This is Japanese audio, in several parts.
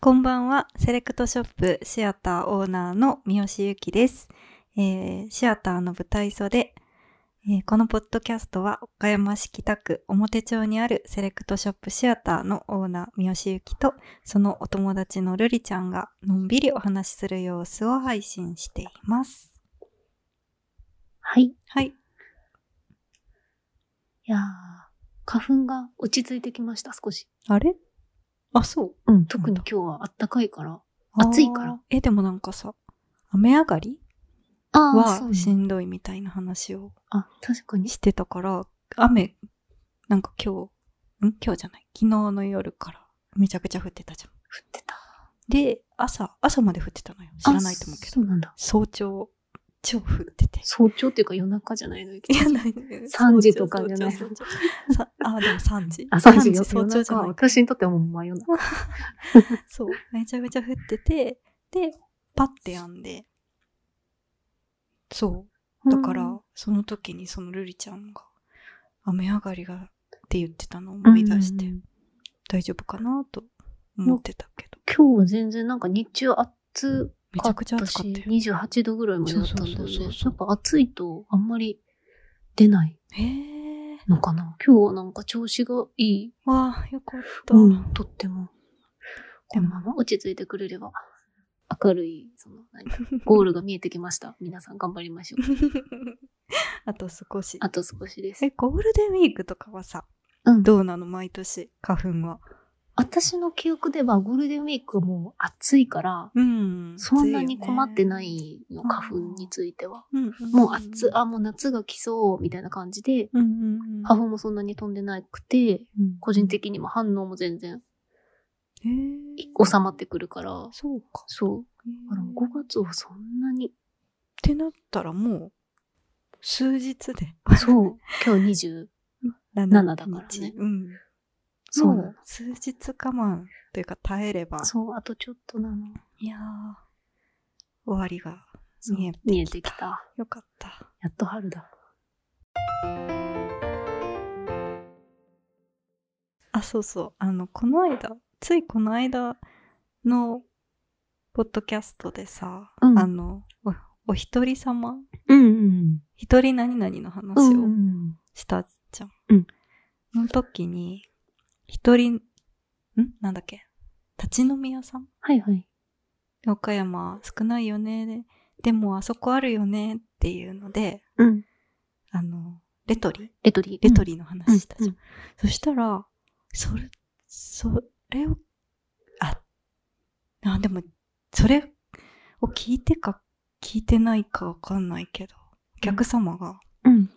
こんばんは、セレクトショップシアターオーナーの三好由紀です、えーシアターの舞台袖、えーこのポッドキャストは岡山市北区表町にあるセレクトショップシアターのオーナー三好由紀とそのお友達のルリちゃんがのんびりお話しする様子を配信しています。はい。いはい。やー、花粉が落ち着いてきました、少し。あれあ、そう。うん。特に今日は暖かいから。暑いからあー。え、でもなんかさ、雨上がりああ、そうはしね。んどいみたいな話をあ、確かに。してたから、雨、なんか今日、ん今日じゃない。昨日の夜からめちゃくちゃ降ってたじゃん。降ってた。で、朝、朝まで降ってたのよ。知らないと思うけあど。そうなんだ。早朝、超降ってて。早朝っていうか夜中じゃないのいや、ないね。 3時とかじゃない早朝。早朝さあ、でも3時。 あ、3時よ早朝じゃな夜中いは私にとってはもう真夜中。そう。めちゃめちゃ降ってて、で、パッてやんで、そう。だから、うんその時にそのルリちゃんが、雨上がりがって言ってたのを思い出して、うん大丈夫かなと思ってたけど、今日は全然なんか日中暑めちかゃっくちゃた暑し、かったよ。 28度ぐらいまでだったんだよそうそうそうね。そうやっぱ暑いとあんまり出ないへえ。のかな。今日はなんか調子がいい。わあ、よかった。うん、とっても。でこものまま落ち着いてくれれば、明るい、その、何ゴールが見えてきました。 皆さん頑張りましょ う。 あと少し。あと少しですえ、。ゴールデンウィークとかはさ、うんどうなの毎年、花粉は。私の記憶ではゴールデンウィークもう暑いから、うん。そんなに困ってな暑いよね。いの、花粉については。うんんんもう暑、あ、もう夏が来そう、みたいな感じで、うんうんうん。花粉もそんなに飛んでなくて、うん個人的にも反応も全然へえ収まってくるから、そうか。そう。だからへえ5月はそんな にってなったらもう、数日で。そう。今日20。 7だからねうん。そもう。数日我慢というか耐えれば、そう、あとちょっとなの。いやー、終わりが見えてきた。見えてきた。よかった。やっと春だ。あ、そうそう。あの、この間、ついこの間のポッドキャストでさ、うんあの、おお一人様うんうん。一人何々の話うを、ん。したじゃん。うんの時に、一人、んなんだっけ立ち飲み屋さんはいはい。岡山少ないよね。ででもあそこあるよねっていうので、うん。あの、レトリレトリー。レトリの話したじゃん。うんそしたら、それ、それを、あ、あ、でも、それを聞いてか聞いてないかわかんないけど、お客様が、うん。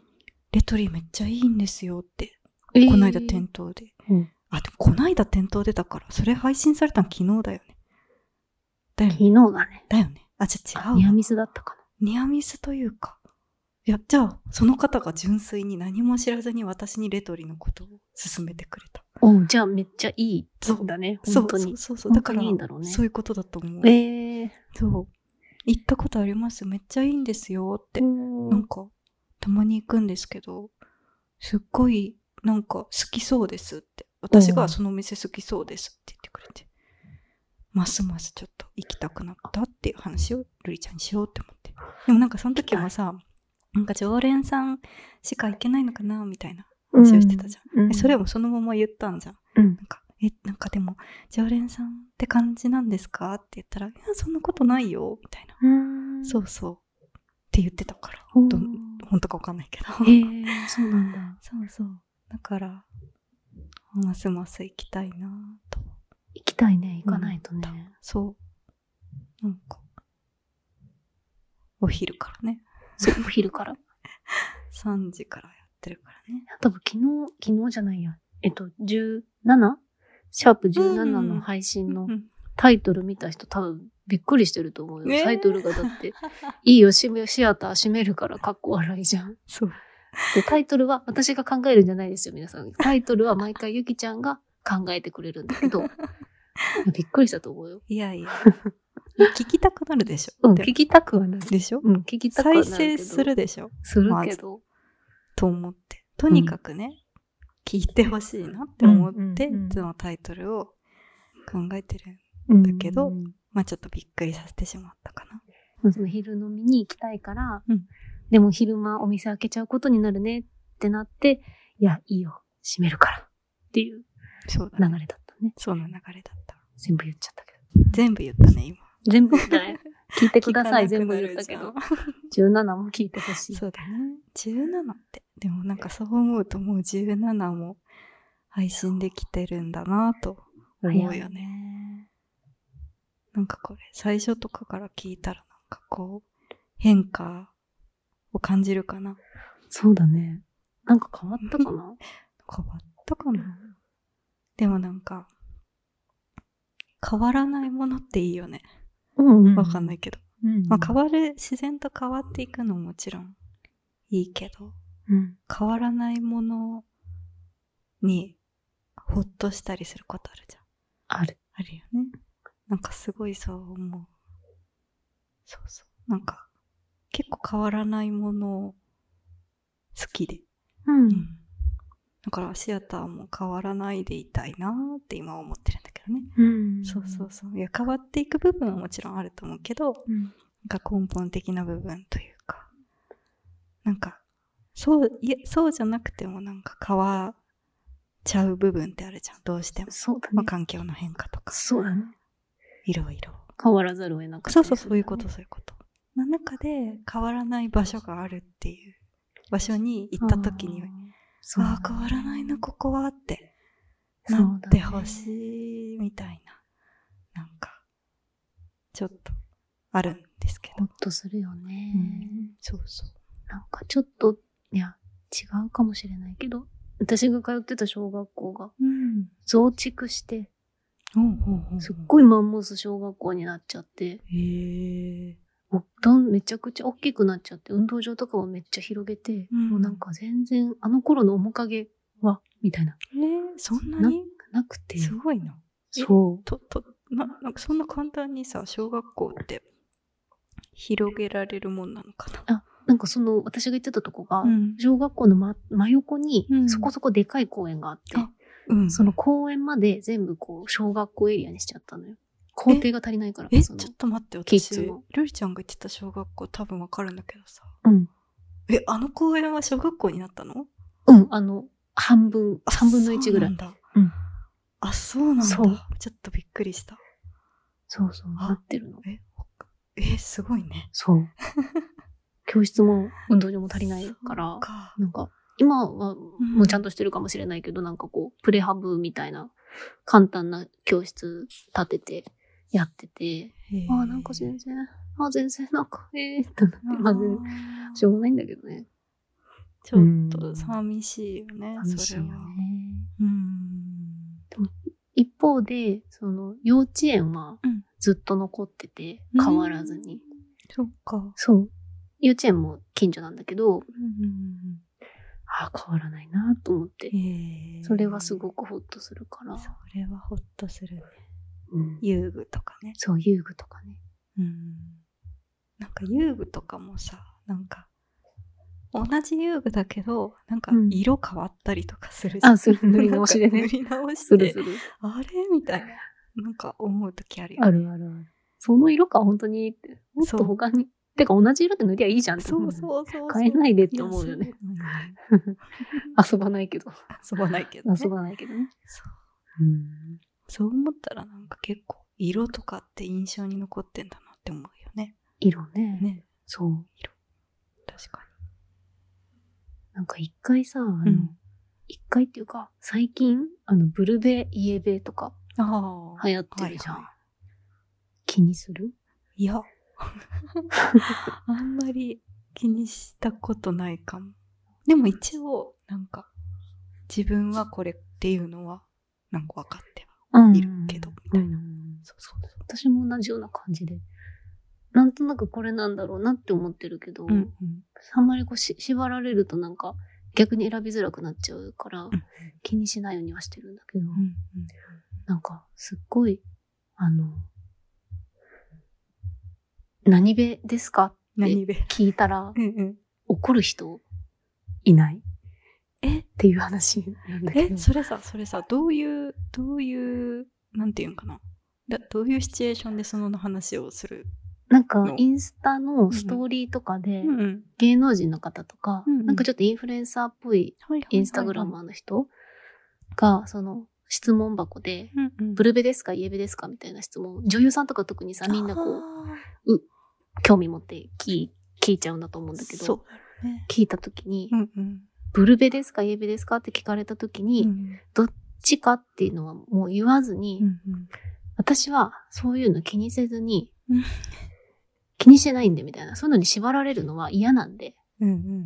レトリめっちゃいいんですよってえーこないだ店頭で。うんあ、でもこないだ店頭でだから、それ配信されたの昨日だよね。だよ昨ね。日だね。だよね。あ、じゃあ違ニうアわ。ミスだったかな。ニアミスというか。いや、じゃあ、その方が純粋に何も知らずに私にレトリのことを勧めてくれた。おうじゃあめっちゃいい。そうだね。そ本う当そうに。そうそう。だから、本当にいいんだろうねそういうことだと思う。ええ。そう。行ったことありますめっちゃいいんですよって。うなんんか、たまに行くんですけど、すっごい、なんか、好きそうですって。私うがんそのお店好きそうですって言ってくれて、ますますちょっと行きたくなったっていう話をルリちゃんにしようって思って。でもなんかその時もさ、なんか常連さんしか行けないのかなみたいな。話をしてたじゃえそれを。もそのまま言ったんじゃん。うんなんか、え、なんかでも、常連さんって感じなんですかって言ったら、いや、そんなことないよ、みたいな。うんそうそう。って言ってたから。うん。どん本当かわかんないけど。ええ、そうなん だ。そうそう。だから、ますます行きたいなぁと。行きたいね。行かないとね。そう。なんか、お昼からね。 そう、お昼から。 3時からやってるからね。多分昨日、昨日じゃないや。えっと、17? シャープ17の配信うのんタイトル見た人多分びっくりしてると思うよ。ねえタイトルが だって、いいよ、しめシアター閉めるからかっこ悪いじゃん。 そう。で、タイトルは私が考えるんじゃないですよ、皆さん。タイトルは毎回ゆきちゃんが考えてくれるんだけど、びっくりしたと思うよ。いやい や。聞きたくなるでしょ。うん、で聞きたくはない。でしょうん、聞きたくはな再いけど。生す。るでしょするけど。と思って。とにかくね、聞いてほしいなって思って、うんうんうんいつもタイトルを考えてるんだけどうんまあちょっとびっくりさせてしまったかな。その昼飲みに行きたいから、うんでも昼間お店開けちゃうことになるねってなって、いや、いいよ、閉めるからっていうそうだ流ね。れだったね。そんな流れだった。全部言っちゃったけど。全部言ったね、今。全部言ったね。 聞いてください、聞かなく全部な言っるたじけゃんど。17も聞いてほしい。そうだね。17って。でもなんかそう思うともう17も配信できてるんだなと思うよね。ね。なんかこれ、最初とかから聞いたらなんかこう、変化を感じるかな。そうだね。なんか変わったかな変わったかなでもなんか、変わらないものっていいよね。うんう。わかんないいけど。うん、まあ変わる、自然と変わっていくのももちろんいいけど、うん変わらないものにほっとしたりすることあるじゃん。ある。あるよね。なんかすごいそう思う。そうそう。なんか結構変わらないものを好きで。うん。だからシアターも変わらないでいたいなーって今は思ってるんだけどね。うん。そうそうそう。いや変わっていく部分はもちろんあると思うけど、うん。なんか根本的な部分というか、なんか、そう、いえ、そうじゃなくてもなんか変わっちゃう部分ってあるじゃん、どうしても。そうだまあ、ね。環境の変化とか、そうだね。いろいろ。変わらざるを得なかったりそうすそるよう、そね。ういうこと、そういうこと。の中で変わらない場所があるっていう場所に行った時にあー、そうだねああ、変わらないな、ここはって、そうなだねってほしいみたいな、なんか、ちょっとあるんですけほど。っとするよね。うんそうそう。なんかちょっと、いや、違うかもしれないけど、私が通ってた小学校がうん。増築して、おうおうおうすっごいマンモス小学校になっちゃって、へえもうどんめちゃくちゃ大きくなっちゃって、運動場とかもめっちゃ広げて、うんもうなんか全然あの頃の面影は、みたいな、ねそんなになくて。すごいな。そう。と、と、な、なんかそんな簡単にさ、小学校って広げられるもんなのかな。なんかその、私が行ってたとこが、ん小学校の真真横にう、んそこそこでかい公園があって、あうん。その公園まで全部こう、小学校エリアにしちゃったのよ。校庭が足りないから。え、ちそょのっと待って、キッ私ズの、ルリちゃんが言ってた小学校多分わかるんだけどさ。うん。え、あの公園は小学校になったのうん、あの、半分、あ3分の1ぐらそうない。んだ。うんあ、そうなんだ。そうちょっとびっくりした。そうそう、なってるの。え、ほえ、すごいね。 そう。教室も運動場も足りないから、か。なんか、今はんもうちゃんとしてるかもしれないけど、なんかこう、プレハブみたいな、簡単な教室立てて、やってて、へえああ、なんか全然、ああ、全然、なんか、ええー、ってなって、まあ全然、あーしょうがないんだけどね。ちょっと寂しいよね、寂しいよねそれは。。うん。一方で、その、幼稚園はうんずっと残ってて、うん変わらずに。そっか。そう。幼稚園も近所なんだけど、うん。ああ、変わらないなと思って。えそれはすごく。くホッとするから。それはほっとするね。うん遊具とかね。そう、遊具とかね。うん。なんか遊具とかもさ、なんか、同じ遊具だけど、なんかうん色変わったりとかするじゃん。あ、する、 塗り直しでなねん。か塗り直しするてす、る。あれみたいな。なんか思うときあるよね。あるあるある。その色か、本当にって。もっそうと他に。てか、同じ色って塗りゃいいじゃんってそ思うう。そうそう。変えないでっいてや思うよね。。そうなのよ遊ばないけど。遊ばないけどね。遊ばないけどね。そううん。そう思ったらなんか結構色とかって印象に残ってんだなって思うよね。色ね。ね。そう。確かなんか一回さ、あに。の、。一、回っていうか、最近、あの、ブルベ、イエベとかああ。流行ってるじゃん。はいは気にするいや。 あんまり気にしたことないかも。でも一応、なんか、自分はこれっていうのは、なんか分かっては。ういるけどみたいなそうそうそう。私も同じような感じで、なんとなくこれなんだろうなって思ってるけど、うんあんまりこうし縛られるとなんか逆に選びづらくなっちゃうから、ん気にしないようにはしてるんだけど、うん。なんかすっごい、あの、何べですか何べ。聞いたらうんうん。怒る人いないえっていう話なんだけどえ、。それさ、それさ、どういう、どういう、なんていうんかな。だどういうシチュエーションでその話をするなんか、インスタのストーリーとかで、ん。芸能人の方とか、うんうんなんかちょっとインフルエンサーっぽいはいはいはいはいインスタグラマーの人が、その、質問箱で、うんうんブルベですかイエベですかみたいな質問。女優さんとか特にさ、みんなこう、あ興味持って聞い聞いちゃうんだと思うーんだけそうど、だろうね。聞いた時に、うんうん。ブルベですかイエベですかって聞かれた時に、うどっんちかっていうのはもう言わずに、うん私はそういうの気にせずにうん、気にしてないんでみたいな。そういうのに縛られるのは嫌なんで、うんうん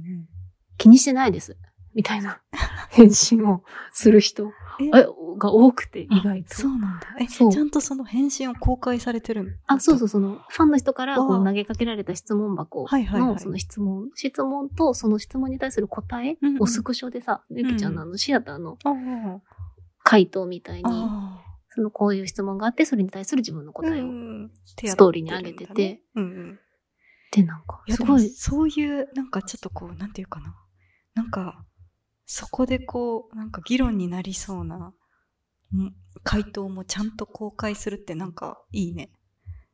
気にしてないです。みたい な返信をする人うん。えが多くて、意外そと。うなんだ。え、そうちゃんとその返信を公開されてるの。あ、そうそうう、その、ファンの人からわあこう投げかけられた質問箱はいはいはいのその質問、質問とその質問に対する答えうんうんをスクショでさ、ゆきちゃんのあのシアターのあー回答みたいに、あそのこういう質問があって、それに対する自分のー。答えを。うんうんストーリーに上げ手やてて。ってるんだねうんうん。で、なんか、いやすでごもい、そういうなんかちょっとこうなんていうかななんかそこでこうなんか議論になりそうなうん回答もちゃんと公開するってなんかいいね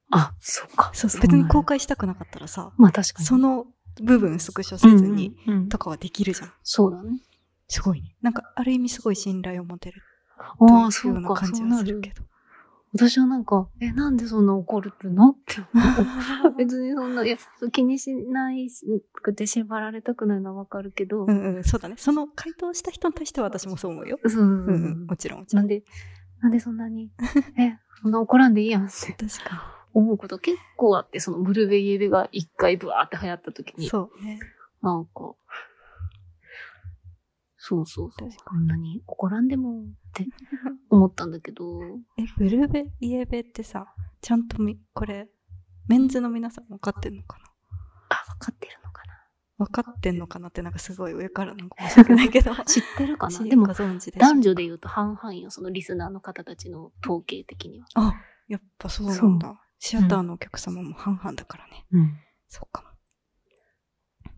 あ、そうか。そうそう別に公なんだ開したくなかったらさまあ確かに。その部分スクショせずにうんうんうんとかはできるじゃん、そうだね。すごいねなんかある意味すごい信頼を持てるというああ、そよううなか、感そじうはなするるけ。ど私はなんか、え、なんでそんな怒るのって思う。別にそんな、いや、そう気にしないくて縛られたくないのはわかるけど、 う、んうん、そうだねその回答した人に対しては私もそう思うよ、そうそうそううんうん、もちろんもちなろんんで、なんでそんなに、え、そんな怒らんでいいやんって確か思うこと結構あって、そのブルベイエベが一回ブワーって流行った時にに、そうねなんか、そうそうそう確、こんなに怒らんでもって思ったんだ けど、え、ブルベ、イエベってさ、ちゃんとみ、これ、メンズの皆さん分かってんのかなあ、わかってるのかな分かってんのかなってなんかすごい上からなんか申し訳ないけど。知ってるかな知りでもご、存知でしょうか男女で言うと半々よ、そのリスナーの方たちの統計的には。あ、やっぱそうなんだ。シアターのお客様も半々だからね。そうかも。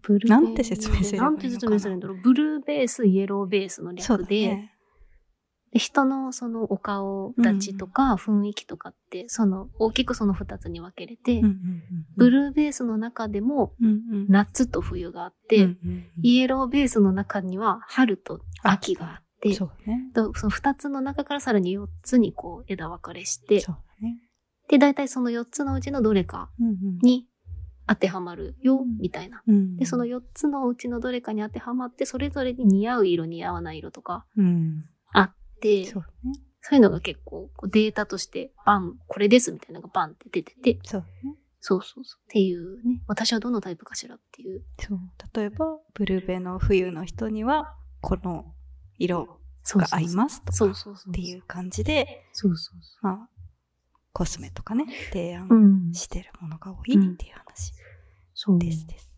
ブルベなんて説明すればいいのかななんて説明するんだろう。ブルーベース、イエローベースのそう略だで、ね。で人のそのお顔立ちとか雰囲気とかって、その大きくその2つに分けれて、うんうんうんブルーベースの中でもうんうん夏と冬があって、うんうんうんイエローベースの中には春と秋があって、そうね。とその2つの中からさらに4つにこう枝分かれして、そうだね。で、大体その4つのうちのどれかうんうんに当てはまるよ、うんみたいな。うんで、その4つのうちのどれかに当てはまって、それぞれに似合う色、似合わない色とかうん。あって、そうね。そういうのが結構こうデータとしてバン、これですみたいなのがバンって出てて、そうね。そうそうそう。っていうね、私はどのタイプかしらっていう。そう。例えば、ブルベの冬の人には、この色そうがそう合いそうますとか。そうそうそう。っていう。感じで、そうそうそまあ、コスメとかね、提う。う案ん。してるものが多いっていう話そうですです。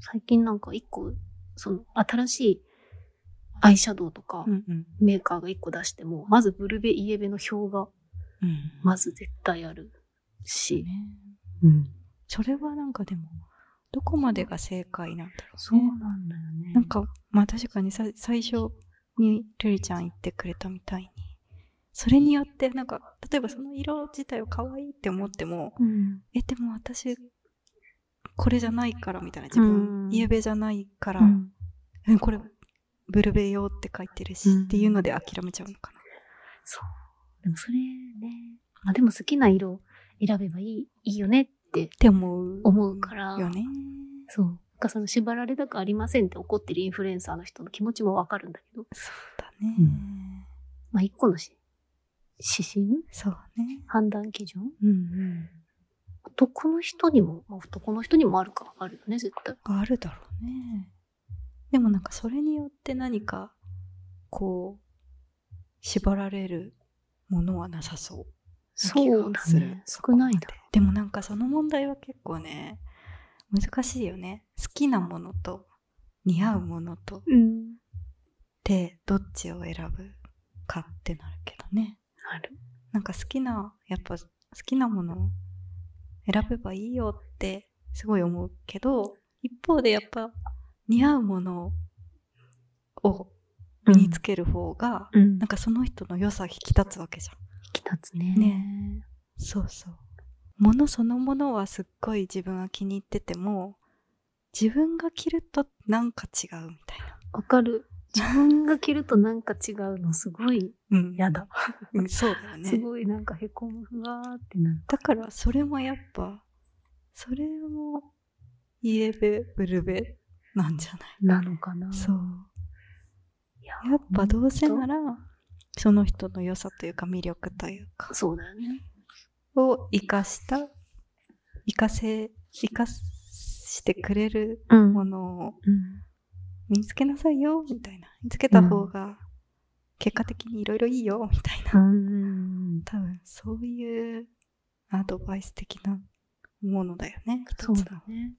最近なんか一個、その新しいアイシャドウとかうんうん。メーカーが一個出しても、まずブルベイエベの表がうん。まず絶対あるねし。。うん。それはなんかでも、どこまでが正解なんだろそううね。なんだよね。なん、か、まあ確かにさ最初にルリちゃん言ってくれたみたいに、それによってなんか、例えばその色自体を可愛いって思っても、うん。え、でも私、これじゃないからみたいな、自う分、んイエベじゃないから、うんえこれブルベ用って書いてるし、うんっていうので諦めちゃうのかな。そう。でもそれね、まあでも好きな色を選べばいい、いいよねってって思う。思うからよね。そう。なんかその縛られたくありませんって怒ってるインフルエンサーの人の気持ちもわかるんだけど、そうだね。うまあ一個のし指針そうね。判断基準うんうん。男の人にも、まあ、男の人にもあるか、あるよね、絶対。があるだろうね。でもなんかそれによって何か、こう、縛られるものはなさそう。そうだね。そ少こまなでいだろでもなんかその問題は結構ね、難しいよね。好きなものと似合うものとっう。うん。てどっちを選ぶかってなるけどね。ある。なんか好きな、やっぱ好きなものを選べばいいよってすごい思うけど、一方でやっぱ似合うものを身につける方が、うん。なんかその人の良さ引き立つわけじゃん。き立つね。ねそうそう。ものそのものはすっごい自分は気に入ってても、自分が着るとなんか違うみたいな。わかる。自分が着るとなんか違うのすごい うん嫌だ。うんそうだよね。すごいなんかへこむふわーってなる。だからそれもやっぱそれもイエベブルベなんじゃないなのかな。そういややっぱどうせなら。らその人の良さというか魅力というかそうだよね。を生かした生かせ生かしてくれるうんものをうん。見つけなさいよみたいな見つけた方が結果的にいろいろいいよみたいな、うん。多分そういうアドバイス的なものだよねそうだね。